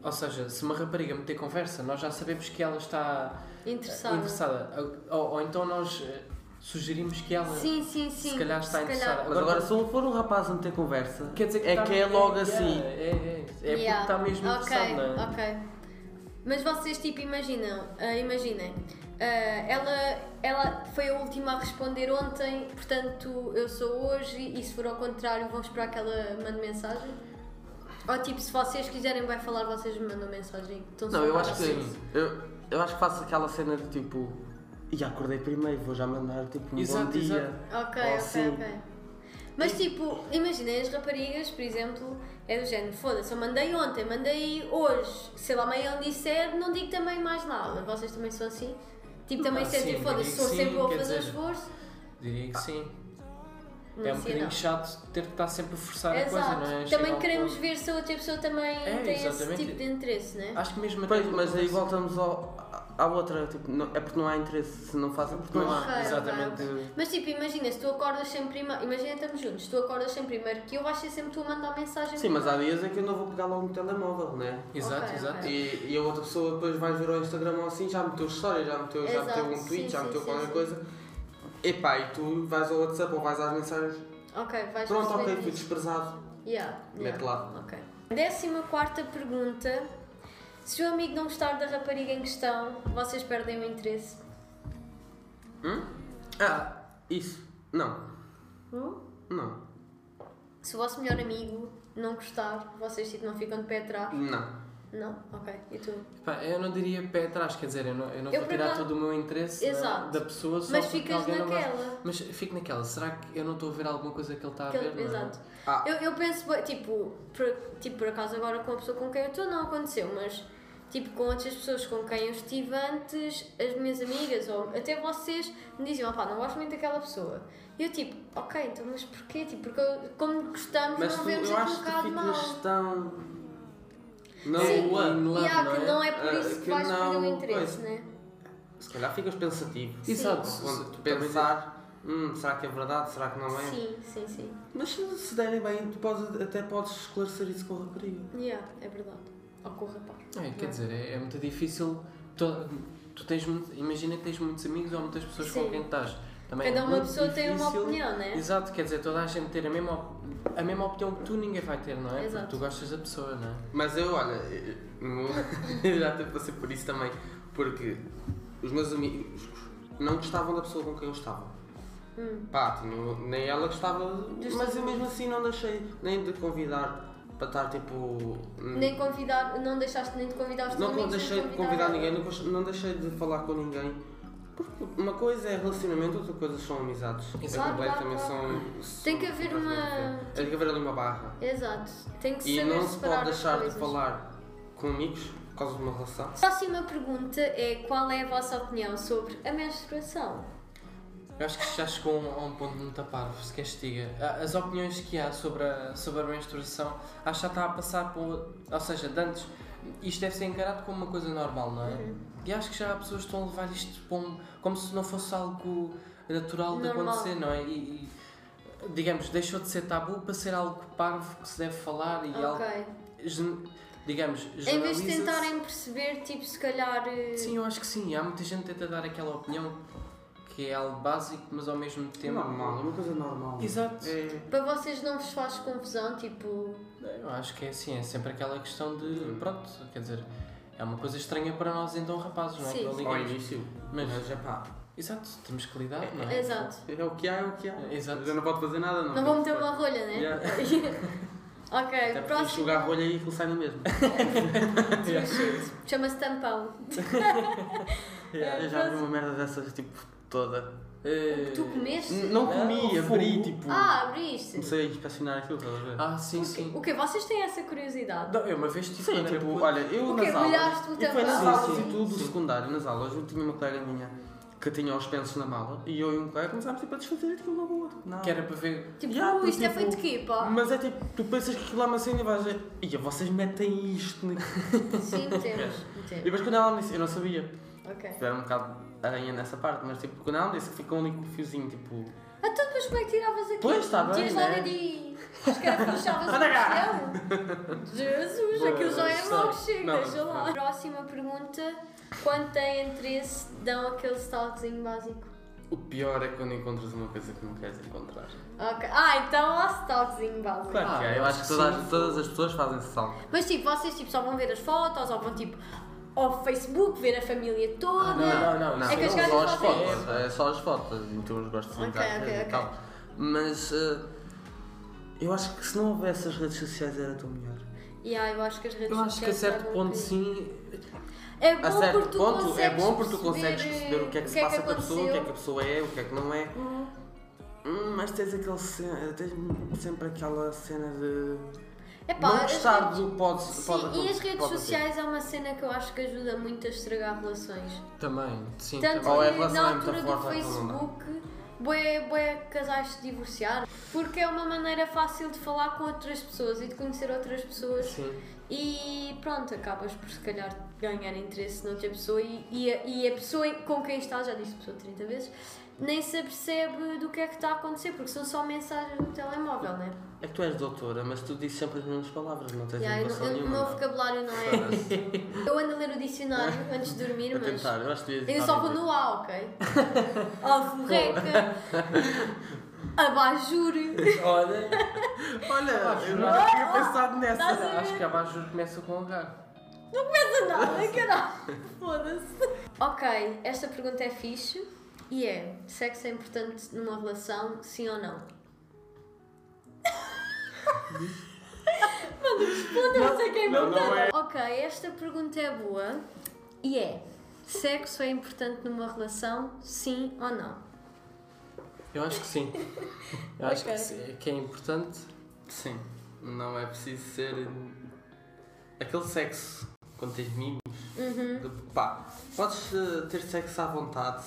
Speaker 2: Ou seja, se uma rapariga meter conversa, nós já sabemos que ela está
Speaker 1: Interessado.
Speaker 2: interessada. Ou, ou então nós eh, sugerimos que ela
Speaker 1: Sim, sim, sim.
Speaker 2: se calhar está
Speaker 1: Se
Speaker 2: interessada.
Speaker 3: Mas agora, se for um rapaz a meter conversa,
Speaker 2: quer dizer
Speaker 3: é
Speaker 2: está-
Speaker 3: que é logo
Speaker 2: é,
Speaker 3: assim.
Speaker 2: É, é, é, é
Speaker 1: Yeah.
Speaker 2: porque está mesmo
Speaker 1: Ok,
Speaker 2: interessado, não é?
Speaker 1: ok. Mas vocês, tipo, imaginam, ah, imaginem, ah, ela, ela foi a última a responder ontem, portanto eu sou hoje, e se for ao contrário, vão esperar que ela mande mensagem? Ou tipo, se vocês quiserem, vai falar, vocês me mandam mensagem. Estão
Speaker 3: Não, eu acho que
Speaker 2: Sim.
Speaker 3: eu, eu acho que faço aquela cena de tipo, e acordei primeiro, vou já mandar tipo um
Speaker 2: Exato,
Speaker 3: bom dia.
Speaker 2: exato.
Speaker 1: Ok,
Speaker 3: Ou
Speaker 1: ok,
Speaker 3: assim.
Speaker 1: ok. Mas tipo, imaginem as raparigas, por exemplo, é do género, foda-se, eu mandei ontem, mandei hoje, sei lá, amanhã ele disser, não digo também mais nada. Vocês também são assim? Tipo, também
Speaker 2: Ah,
Speaker 1: sentem,
Speaker 2: sim,
Speaker 1: foda-se,
Speaker 2: diria
Speaker 1: sou
Speaker 2: que
Speaker 1: sempre
Speaker 2: sim,
Speaker 1: vou
Speaker 2: quer
Speaker 1: fazer
Speaker 2: dizer-
Speaker 1: esforço.
Speaker 2: Diria que sim.
Speaker 1: Não
Speaker 2: é um
Speaker 1: sei,
Speaker 2: bocadinho
Speaker 1: não.
Speaker 2: chato ter que estar sempre a forçar a coisa,
Speaker 1: Exato.
Speaker 2: não é? Chega
Speaker 1: também
Speaker 2: ao
Speaker 1: queremos
Speaker 2: ponto-
Speaker 1: ver se a outra pessoa também
Speaker 2: É,
Speaker 1: tem
Speaker 2: exatamente. Ah,
Speaker 1: esse tipo de interesse, né?
Speaker 2: Acho que mesmo até
Speaker 3: Pois,
Speaker 2: uma
Speaker 3: mas aí
Speaker 2: conversa-
Speaker 3: voltamos ao, à outra, tipo, não- é porque não há interesse, se não fazem porque não
Speaker 2: Pois.
Speaker 3: há.
Speaker 1: Ok, ok,
Speaker 2: exatamente.
Speaker 1: ok. Mas tipo, imagina, se tu acordas sempre primeiro, imagina estamos juntos, tu acordas sempre primeiro que eu vais ser sempre tu a mandar mensagem.
Speaker 3: Sim, mas há dias em que eu não vou pegar logo no telemóvel, né?
Speaker 2: Exato,
Speaker 1: Ok,
Speaker 2: exato.
Speaker 1: ok.
Speaker 3: E, e a outra pessoa depois vai ver ao Instagram ou assim, já meteu história, já meteu, já
Speaker 1: Exato,
Speaker 3: meteu um tweet,
Speaker 1: sim,
Speaker 3: já
Speaker 1: sim,
Speaker 3: meteu
Speaker 1: sim,
Speaker 3: qualquer
Speaker 1: sim.
Speaker 3: coisa. Epá, e tu vais ao WhatsApp ou vais às mensagens.
Speaker 1: Ok, vais
Speaker 3: Pronto,
Speaker 1: perceber
Speaker 3: ok, fui
Speaker 1: isso.
Speaker 3: desprezado.
Speaker 1: Yeah, yeah.
Speaker 3: Mete lá.
Speaker 1: Ok. Décima quarta pergunta. Se o amigo não gostar da rapariga em questão, vocês perdem o interesse.
Speaker 3: Hum? Ah, isso. Não,
Speaker 1: Hum?
Speaker 3: não,
Speaker 1: Se o vosso melhor amigo não gostar, vocês tipo, não ficam de pé atrás?
Speaker 3: não.
Speaker 1: Não? Ok. E tu?
Speaker 2: Pá, eu não diria pé atrás, quer dizer, eu não, eu não
Speaker 1: Eu,
Speaker 2: vou
Speaker 1: por
Speaker 2: tirar
Speaker 1: acaso-
Speaker 2: todo o meu interesse né,
Speaker 1: Exato.
Speaker 2: da pessoa só
Speaker 1: Mas
Speaker 2: porque
Speaker 1: ficas
Speaker 2: alguém não gosta.
Speaker 1: naquela.
Speaker 2: Mas fico naquela, será que eu não estou a ver alguma coisa que ele
Speaker 3: Tá
Speaker 2: está a
Speaker 1: Que-
Speaker 2: ver? não é?
Speaker 1: Exato.
Speaker 3: Ah.
Speaker 1: Eu, eu penso, bué, tipo por, tipo, por acaso agora com a pessoa com quem eu estou não aconteceu, mas tipo com outras pessoas com quem eu estive antes, as minhas amigas ou até vocês me diziam, opá, não gosto muito daquela pessoa. E eu tipo, ok, então mas porquê? Tipo, porque eu- como gostamos,
Speaker 3: Mas
Speaker 1: não
Speaker 3: tu,
Speaker 1: vemos
Speaker 3: eu
Speaker 1: aqui um
Speaker 3: acho que tu
Speaker 1: bocado mal.
Speaker 3: ficas tão. Não,
Speaker 1: Sim,
Speaker 2: in love,
Speaker 1: e há
Speaker 2: não
Speaker 1: que
Speaker 2: é?
Speaker 1: não é por
Speaker 3: Ah,
Speaker 1: isso que
Speaker 3: que
Speaker 1: vais perder
Speaker 3: não-
Speaker 1: o interesse,
Speaker 3: pois.
Speaker 1: né?
Speaker 3: se calhar ficas pensativo.
Speaker 2: Exato.
Speaker 3: Quando
Speaker 2: Se-
Speaker 3: pensar, hum, será que é verdade, será que não é?
Speaker 1: Sim, sim, sim.
Speaker 3: Mas se se derem bem, tu podes- até podes esclarecer isso com a rapariga.
Speaker 1: Yeah, é verdade. Ou com o rapaz.
Speaker 2: É, quer dizer, é, é muito difícil. Tu, tu tens, mu- imagina que tens muitos amigos ou muitas pessoas com
Speaker 1: Sim.
Speaker 2: quem estás. Também
Speaker 1: Cada
Speaker 2: é
Speaker 1: uma
Speaker 2: muito
Speaker 1: pessoa tem uma
Speaker 2: difícil-
Speaker 1: opinião, né?
Speaker 2: Exato, quer dizer, toda a gente ter a mesma, op- a mesma opinião que tu ninguém vai ter, não é?
Speaker 1: Exato.
Speaker 2: Porque tu gostas da pessoa, não é?
Speaker 3: Mas eu, olha, eu- eu já até passei por isso também, porque os meus amigos não gostavam da pessoa com quem eu estava.
Speaker 1: Hum.
Speaker 3: Pá, tinha- nem ela gostava, mas eu mesmo assim não deixei nem de convidar para estar tipo.
Speaker 1: Nem convidar, não deixaste nem de convidar os teus
Speaker 3: Não
Speaker 1: amigos. nem
Speaker 3: deixei de convidar ninguém, não, cons- não deixei de falar com ninguém. Porque uma coisa é relacionamento, outra coisa são amizades. é
Speaker 1: Claro,
Speaker 3: completamente
Speaker 1: claro,
Speaker 3: são, são.
Speaker 1: Tem que haver uma-
Speaker 3: Tem que haver ali uma barra.
Speaker 1: Exato. Tem que
Speaker 3: E
Speaker 1: saber
Speaker 3: não se
Speaker 1: separar
Speaker 3: pode
Speaker 1: as
Speaker 3: deixar de
Speaker 1: coisas.
Speaker 3: falar com amigos por causa de uma relação.
Speaker 1: Próxima pergunta é qual é a vossa opinião sobre a menstruação?
Speaker 2: Eu acho que já chegou a um, a um ponto muito a parvo, se castiga. A- As opiniões que há sobre a, sobre a menstruação, acho que já está a passar por. Ou seja, de antes, isto deve ser encarado como uma coisa normal, não é?
Speaker 1: Uhum.
Speaker 2: E acho que já há pessoas que estão a levar isto para um- como se não fosse algo natural de
Speaker 1: Normal.
Speaker 2: acontecer, não é? E, e, digamos, deixou de ser tabu para ser algo parvo que se deve falar e algo.
Speaker 1: ok.
Speaker 2: gen- Digamos,
Speaker 1: Em vez de
Speaker 2: generaliza-se.
Speaker 1: tentarem perceber, tipo, se calhar. eh,
Speaker 2: Sim, eu acho que sim. Há muita gente que tenta dar aquela opinião que é algo básico, mas ao mesmo
Speaker 3: É
Speaker 2: tempo.
Speaker 3: normal, é uma coisa normal.
Speaker 2: Exato.
Speaker 3: É,
Speaker 1: Para vocês não vos faz confusão, tipo.
Speaker 2: Eu acho que é assim, é sempre aquela questão de. Pronto, quer dizer, é uma coisa estranha para nós, então, rapazes, não é?
Speaker 1: Sim.
Speaker 2: Que não
Speaker 3: ao
Speaker 2: ligamos.
Speaker 3: início.
Speaker 2: Mas,
Speaker 3: Mas é pá,
Speaker 2: exato, temos que lidar, não é?
Speaker 1: Exato.
Speaker 3: é o que há, é o que há.
Speaker 2: É, exato.
Speaker 3: Eu não pode fazer nada, não.
Speaker 1: Não vou meter uma rolha, né?
Speaker 3: Yeah.
Speaker 1: ok,
Speaker 2: Até porque
Speaker 1: próximo.
Speaker 3: Enxugar é a rolha e aquilo sai na mesma. assim.
Speaker 1: Chama-se tampão. É,
Speaker 3: Eu já vi uma merda dessas, tipo, toda.
Speaker 2: Eh,
Speaker 1: Tu comeste?
Speaker 3: N- Não comi,
Speaker 2: Não,
Speaker 3: abri,
Speaker 2: fogo.
Speaker 3: tipo.
Speaker 1: Ah, abriste.
Speaker 3: Comecei a inspecionar aquilo, estás a ver?
Speaker 2: Ah, sim, sim.
Speaker 1: O que Vocês têm essa curiosidade?
Speaker 2: Não, eu uma vez tive.
Speaker 3: Sim,
Speaker 2: quando era
Speaker 3: tipo,
Speaker 2: puto.
Speaker 3: olha, eu
Speaker 1: O quê?
Speaker 3: nas
Speaker 1: Molhaste o
Speaker 3: aulas, e foi nas
Speaker 1: tampão?
Speaker 3: aulas
Speaker 2: Sim,
Speaker 3: e
Speaker 2: sim,
Speaker 3: tudo,
Speaker 2: sim.
Speaker 3: secundário, nas aulas, eu tinha uma colega minha que tinha os pensos na mala e eu e um colega começámos tipo, a desfazer aquilo na rua. Não.
Speaker 2: Que era para ver.
Speaker 1: Tipo,
Speaker 3: Yeah,
Speaker 1: "Uh, isto é
Speaker 3: tipo,
Speaker 1: feito de quê,
Speaker 2: hum.
Speaker 1: pá?
Speaker 3: Mas é tipo, tu pensas que aquilo é uma cena e vais dizer, ia, vocês metem isto. na-"
Speaker 1: Sim, temos.
Speaker 3: E
Speaker 2: Tipo.
Speaker 1: temos.
Speaker 3: depois quando ela me disse, eu não sabia,
Speaker 1: Ok.
Speaker 3: tiveram um bocado de aranha nessa parte, mas tipo, quando ela me disse que ficou ali com o fiozinho, tipo,
Speaker 1: Então depois como é que tiravas aquilo?
Speaker 3: Pois, tá bem,
Speaker 1: Tinhas lá
Speaker 3: né?
Speaker 1: ali os carapachavas
Speaker 3: Anda
Speaker 1: o coxão? Jesus, aquilo já é
Speaker 2: Pois,
Speaker 1: mau
Speaker 2: sei.
Speaker 1: chego,
Speaker 3: Não,
Speaker 1: deixa lá.
Speaker 3: não.
Speaker 1: Próxima pergunta, quando têm interesse dão aquele stalkzinho básico?
Speaker 3: o pior é quando encontras uma coisa que não queres encontrar.
Speaker 1: Ok, ah, então há stalkzinho básico.
Speaker 3: Claro
Speaker 2: Ah,
Speaker 3: que é, eu acho que
Speaker 2: sim.
Speaker 3: todas, todas as pessoas fazem sal.
Speaker 1: Mas tipo, vocês tipo, só vão ver as fotos ou vão tipo ao Facebook ver a família toda?
Speaker 2: Ah, Não, não, não.
Speaker 1: É que as
Speaker 2: sim.
Speaker 1: gajas
Speaker 3: só as
Speaker 1: fazem
Speaker 3: fotos,
Speaker 1: isso.
Speaker 3: é só as fotos, então os gostos
Speaker 1: Ok, ok, ok.
Speaker 3: e tal. Mas eh, eu acho que se não houvesse as redes sociais era tão melhor.
Speaker 1: Yeah, ah, eu acho que as redes
Speaker 2: Eu acho que a
Speaker 1: sociais
Speaker 2: certo
Speaker 1: levam um
Speaker 2: ponto,
Speaker 1: bocadinho.
Speaker 2: sim.
Speaker 1: É bom
Speaker 3: A certo
Speaker 1: porque tu
Speaker 3: ponto é
Speaker 1: consegues
Speaker 3: bom porque tu consegues perceber o que é que se passa com a pessoa, o que é que a
Speaker 1: aconteceu.
Speaker 3: pessoa é, o que é que não é. Hum, Mas tens aquele cena, tens sempre aquela cena de
Speaker 1: Epá,
Speaker 3: não
Speaker 1: as
Speaker 3: gostar
Speaker 1: redes-
Speaker 3: do pode,
Speaker 1: Sim,
Speaker 3: pode
Speaker 1: e
Speaker 3: acontecer,
Speaker 1: as redes
Speaker 3: pode acontecer.
Speaker 1: sociais é uma cena que eu acho que ajuda muito a estragar relações.
Speaker 2: Também, sim.
Speaker 1: Tanto
Speaker 2: também.
Speaker 3: Ou é
Speaker 1: que
Speaker 3: relação
Speaker 1: na
Speaker 3: é muito
Speaker 1: altura do
Speaker 3: forte, então não dá.
Speaker 1: Facebook, bué, bué casais se divorciaram, porque é uma maneira fácil de falar com outras pessoas e de conhecer outras pessoas.
Speaker 2: Sim.
Speaker 1: E pronto, acabas por se calhar ganhar interesse noutra pessoa e, e, a, e a pessoa com quem está, já disse pessoa 30 vezes, nem se apercebe do que é que está a acontecer, porque são só mensagens no telemóvel, né?
Speaker 3: É que tu és doutora, mas tu dizes sempre as mesmas palavras, não tens
Speaker 1: Yeah, eu não-
Speaker 3: inovação
Speaker 1: eu- o
Speaker 3: nenhuma.
Speaker 1: meu
Speaker 3: não.
Speaker 1: vocabulário não é. Eu ando a ler o dicionário antes de dormir,
Speaker 3: a
Speaker 1: mas.
Speaker 3: tentar, eu acho que tu ias
Speaker 1: Eu
Speaker 3: editar
Speaker 1: só
Speaker 3: vídeo.
Speaker 1: vou no A, ok? Alforreca, abajur.
Speaker 2: Olha,
Speaker 3: Olha,
Speaker 2: Ah,
Speaker 3: eu
Speaker 2: não.
Speaker 3: nunca tinha
Speaker 1: ah,
Speaker 3: pensado nessa.
Speaker 1: Estás a
Speaker 2: acho
Speaker 1: ver?
Speaker 2: que a Bajur começa com H.
Speaker 1: Não começa nada, caralho. Foda-se. Ok, esta pergunta é fixe e é: sexo é importante numa relação, sim ou não? Mano, responda, não sei quem
Speaker 3: não, não é.
Speaker 1: Ok, esta pergunta é boa e é: sexo é importante numa relação, sim ou não?
Speaker 2: Eu acho que sim. Eu acho
Speaker 1: Ok.
Speaker 2: que, sim, que é importante.
Speaker 3: Sim, não é preciso ser aquele sexo quando tens mimos. De- Pá, podes eh, ter sexo à vontade,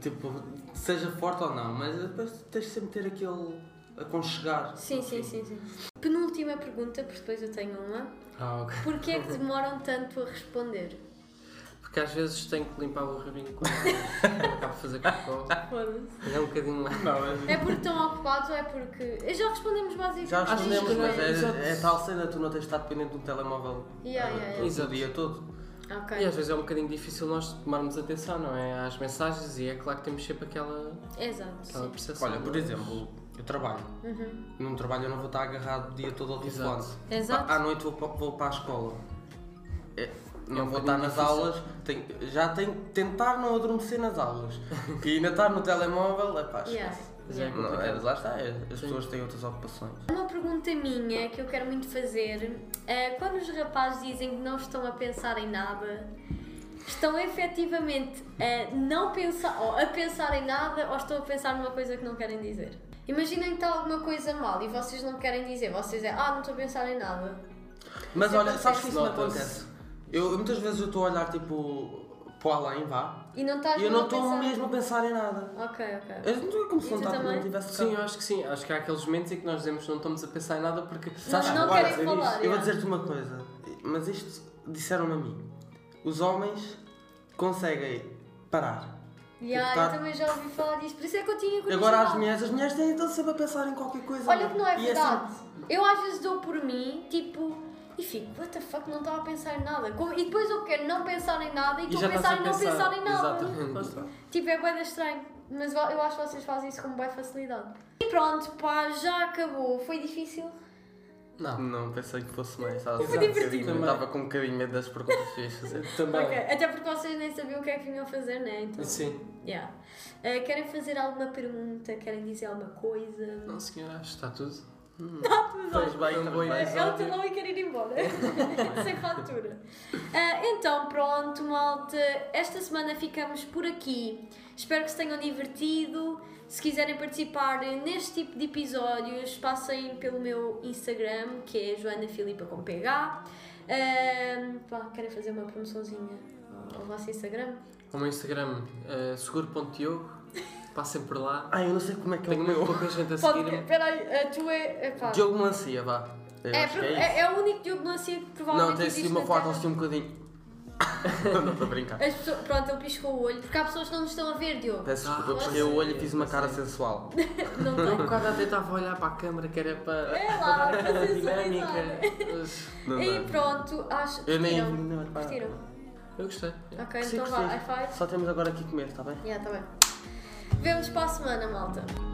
Speaker 3: tipo, seja forte ou não, mas depois tens de sempre ter aquele aconchegar.
Speaker 1: Sim,
Speaker 3: no fim.
Speaker 1: sim, sim, sim. Penúltima pergunta, porque depois eu tenho uma.
Speaker 2: Ah, ok.
Speaker 1: Porquê é que demoram tanto a responder?
Speaker 2: Porque às vezes tenho que limpar o rabinho quando quando acabo de fazer cocô.
Speaker 4: Foda-se.
Speaker 2: É um bocadinho lá.
Speaker 3: Não, mas...
Speaker 1: É porque estão ocupados ou é porque. Já respondemos basicamente.
Speaker 3: Já
Speaker 2: Acho que
Speaker 3: respondemos,
Speaker 2: não é-
Speaker 3: mas
Speaker 2: exato.
Speaker 3: é, é tal cena, tu não tens de estar dependente de um telemóvel
Speaker 1: Yeah,
Speaker 3: eh,
Speaker 1: yeah,
Speaker 3: todo
Speaker 2: yeah.
Speaker 3: o dia todo.
Speaker 1: Ok.
Speaker 2: E às vezes é um bocadinho difícil nós tomarmos atenção, não é? Às mensagens e é claro que temos sempre aquela,
Speaker 1: Exato.
Speaker 2: aquela
Speaker 1: Sim.
Speaker 2: percepção. é?
Speaker 3: Olha, por exemplo, eu trabalho. Num trabalho eu não vou estar agarrado o dia todo ao telefone.
Speaker 2: Exato.
Speaker 1: Exato.
Speaker 3: À noite vou, pa- vou para a escola. É, não
Speaker 2: um
Speaker 3: vou estar
Speaker 2: bocadinho
Speaker 3: nas
Speaker 2: difícil.
Speaker 3: aulas, tenho- já tenho que tentar não adormecer nas aulas. e ainda estar no telemóvel, é pá,
Speaker 1: Yeah.
Speaker 3: esquece.
Speaker 2: Mas é
Speaker 3: Não, é,
Speaker 2: complicado.
Speaker 3: lá está, é, as pessoas têm outras ocupações.
Speaker 1: Uma pergunta minha que eu quero muito fazer é quando os rapazes dizem que não estão a pensar em nada, estão efetivamente a não pensar, ou a pensar em nada, ou estão a pensar numa coisa que não querem dizer? Imaginem que está alguma coisa mal e vocês não querem dizer, vocês é ah, não estou a pensar em nada.
Speaker 3: Mas
Speaker 1: Isso
Speaker 3: olha,
Speaker 1: acontece.
Speaker 3: sabes que isso não
Speaker 2: Nota-se.
Speaker 3: acontece? Eu, muitas vezes eu estou a olhar tipo para além, vá,
Speaker 1: E não estás
Speaker 3: e eu não
Speaker 1: a
Speaker 3: estou
Speaker 1: pensar-
Speaker 3: mesmo a pensar em nada.
Speaker 1: Ok, ok.
Speaker 3: Eu não estou como
Speaker 1: E
Speaker 3: se
Speaker 1: tu
Speaker 3: não estava-
Speaker 1: também?
Speaker 3: não tivesse
Speaker 2: Sim,
Speaker 3: tocado.
Speaker 2: eu acho que sim. Acho que há aqueles momentos em que nós dizemos que não estamos a pensar em nada porque.
Speaker 3: Sabes
Speaker 1: Não
Speaker 3: que
Speaker 1: querem
Speaker 3: vais dizer isto?
Speaker 1: falar,
Speaker 3: Eu vou
Speaker 1: é.
Speaker 3: dizer-te uma coisa, mas isto disseram-me a mim. Os homens conseguem parar.
Speaker 1: Yeah,
Speaker 3: Tá.
Speaker 1: Eu também já ouvi falar disso, por isso é que eu tinha curiosidade.
Speaker 3: Agora as mulheres, as mulheres têm então sempre a pensar em qualquer coisa.
Speaker 1: Olha que não é
Speaker 3: E
Speaker 1: verdade. Eu às vezes dou por mim, tipo, e fico, what the fuck, não estava a pensar em nada. Como- E depois eu quero não pensar em nada e estou a pensar em não pensar em nada.
Speaker 2: Exatamente. Lá está.
Speaker 1: Tipo, é bem estranho. Mas vo- eu acho que vocês fazem isso com boa facilidade. E pronto, pá, já acabou. Foi difícil.
Speaker 2: Não.
Speaker 3: Não, pensei que fosse mais.
Speaker 2: Foi divertido.
Speaker 3: Eu
Speaker 1: é?
Speaker 3: estava com um bocadinho medo das perguntas que ias fazer.
Speaker 2: Também.
Speaker 1: Ok, Até porque vocês nem sabiam o que é que vinham fazer, né? Então,
Speaker 2: Sim.
Speaker 1: yeah. Eh, querem fazer alguma pergunta? Querem dizer alguma coisa?
Speaker 2: Não, senhora, acho que está tudo.
Speaker 3: Pois bem, então
Speaker 2: Foi um bom
Speaker 3: também.
Speaker 2: episódio.
Speaker 1: Ela está não ia querer ir embora. Sem fatura. Ah, então, pronto, malta. Esta semana ficamos por aqui. Espero que se tenham divertido. Se quiserem participar neste tipo de episódios, passem pelo meu Instagram, que é Joana Filipa com PH. Ah, pá, querem fazer uma promoçãozinha ao vosso Instagram?
Speaker 2: O meu Instagram é seguro.diogo. Passem por lá.
Speaker 3: Ah, eu não sei como é que é
Speaker 2: Tenho
Speaker 3: o
Speaker 2: muito
Speaker 3: meu.
Speaker 2: pouca gente a
Speaker 1: Pode,
Speaker 2: seguir-me.
Speaker 1: peraí, a tua é. epá.
Speaker 3: Diogo Melancia, vá. Eu
Speaker 1: É,
Speaker 3: acho que
Speaker 1: pro-
Speaker 3: é isso.
Speaker 1: é, é o único Diogo Melancia que provavelmente
Speaker 3: Não, tem assim
Speaker 1: existe
Speaker 3: uma
Speaker 1: na
Speaker 3: foto
Speaker 1: Terra.
Speaker 3: assim um bocadinho. Não estou a brincar.
Speaker 1: As pessoas, pronto, ele piscou o olho, porque há pessoas que não nos estão a ver, Diogo.
Speaker 3: Peço
Speaker 2: Ah,
Speaker 3: desculpa, porque
Speaker 2: eu
Speaker 3: eu olho e
Speaker 2: sei,
Speaker 3: fiz uma
Speaker 2: eu
Speaker 3: cara
Speaker 2: sei.
Speaker 3: sensual.
Speaker 1: Não estão.
Speaker 2: Eu quase até estava a olhar para a câmera que era para.
Speaker 1: É lá,
Speaker 2: para dar aquela
Speaker 1: fazer
Speaker 2: dinâmica.
Speaker 3: Não
Speaker 1: E
Speaker 3: dá.
Speaker 1: pronto, acho que
Speaker 3: Eu nem.
Speaker 1: curtiram.
Speaker 3: não, olha, pá.
Speaker 1: Curtiram?
Speaker 2: Eu gostei.
Speaker 1: Ok,
Speaker 3: Sim,
Speaker 1: então
Speaker 3: gostei.
Speaker 1: vá, high five.
Speaker 3: tá Só temos agora aqui comer, está bem?
Speaker 1: Yeah, tá bem. Vemos para a semana, malta.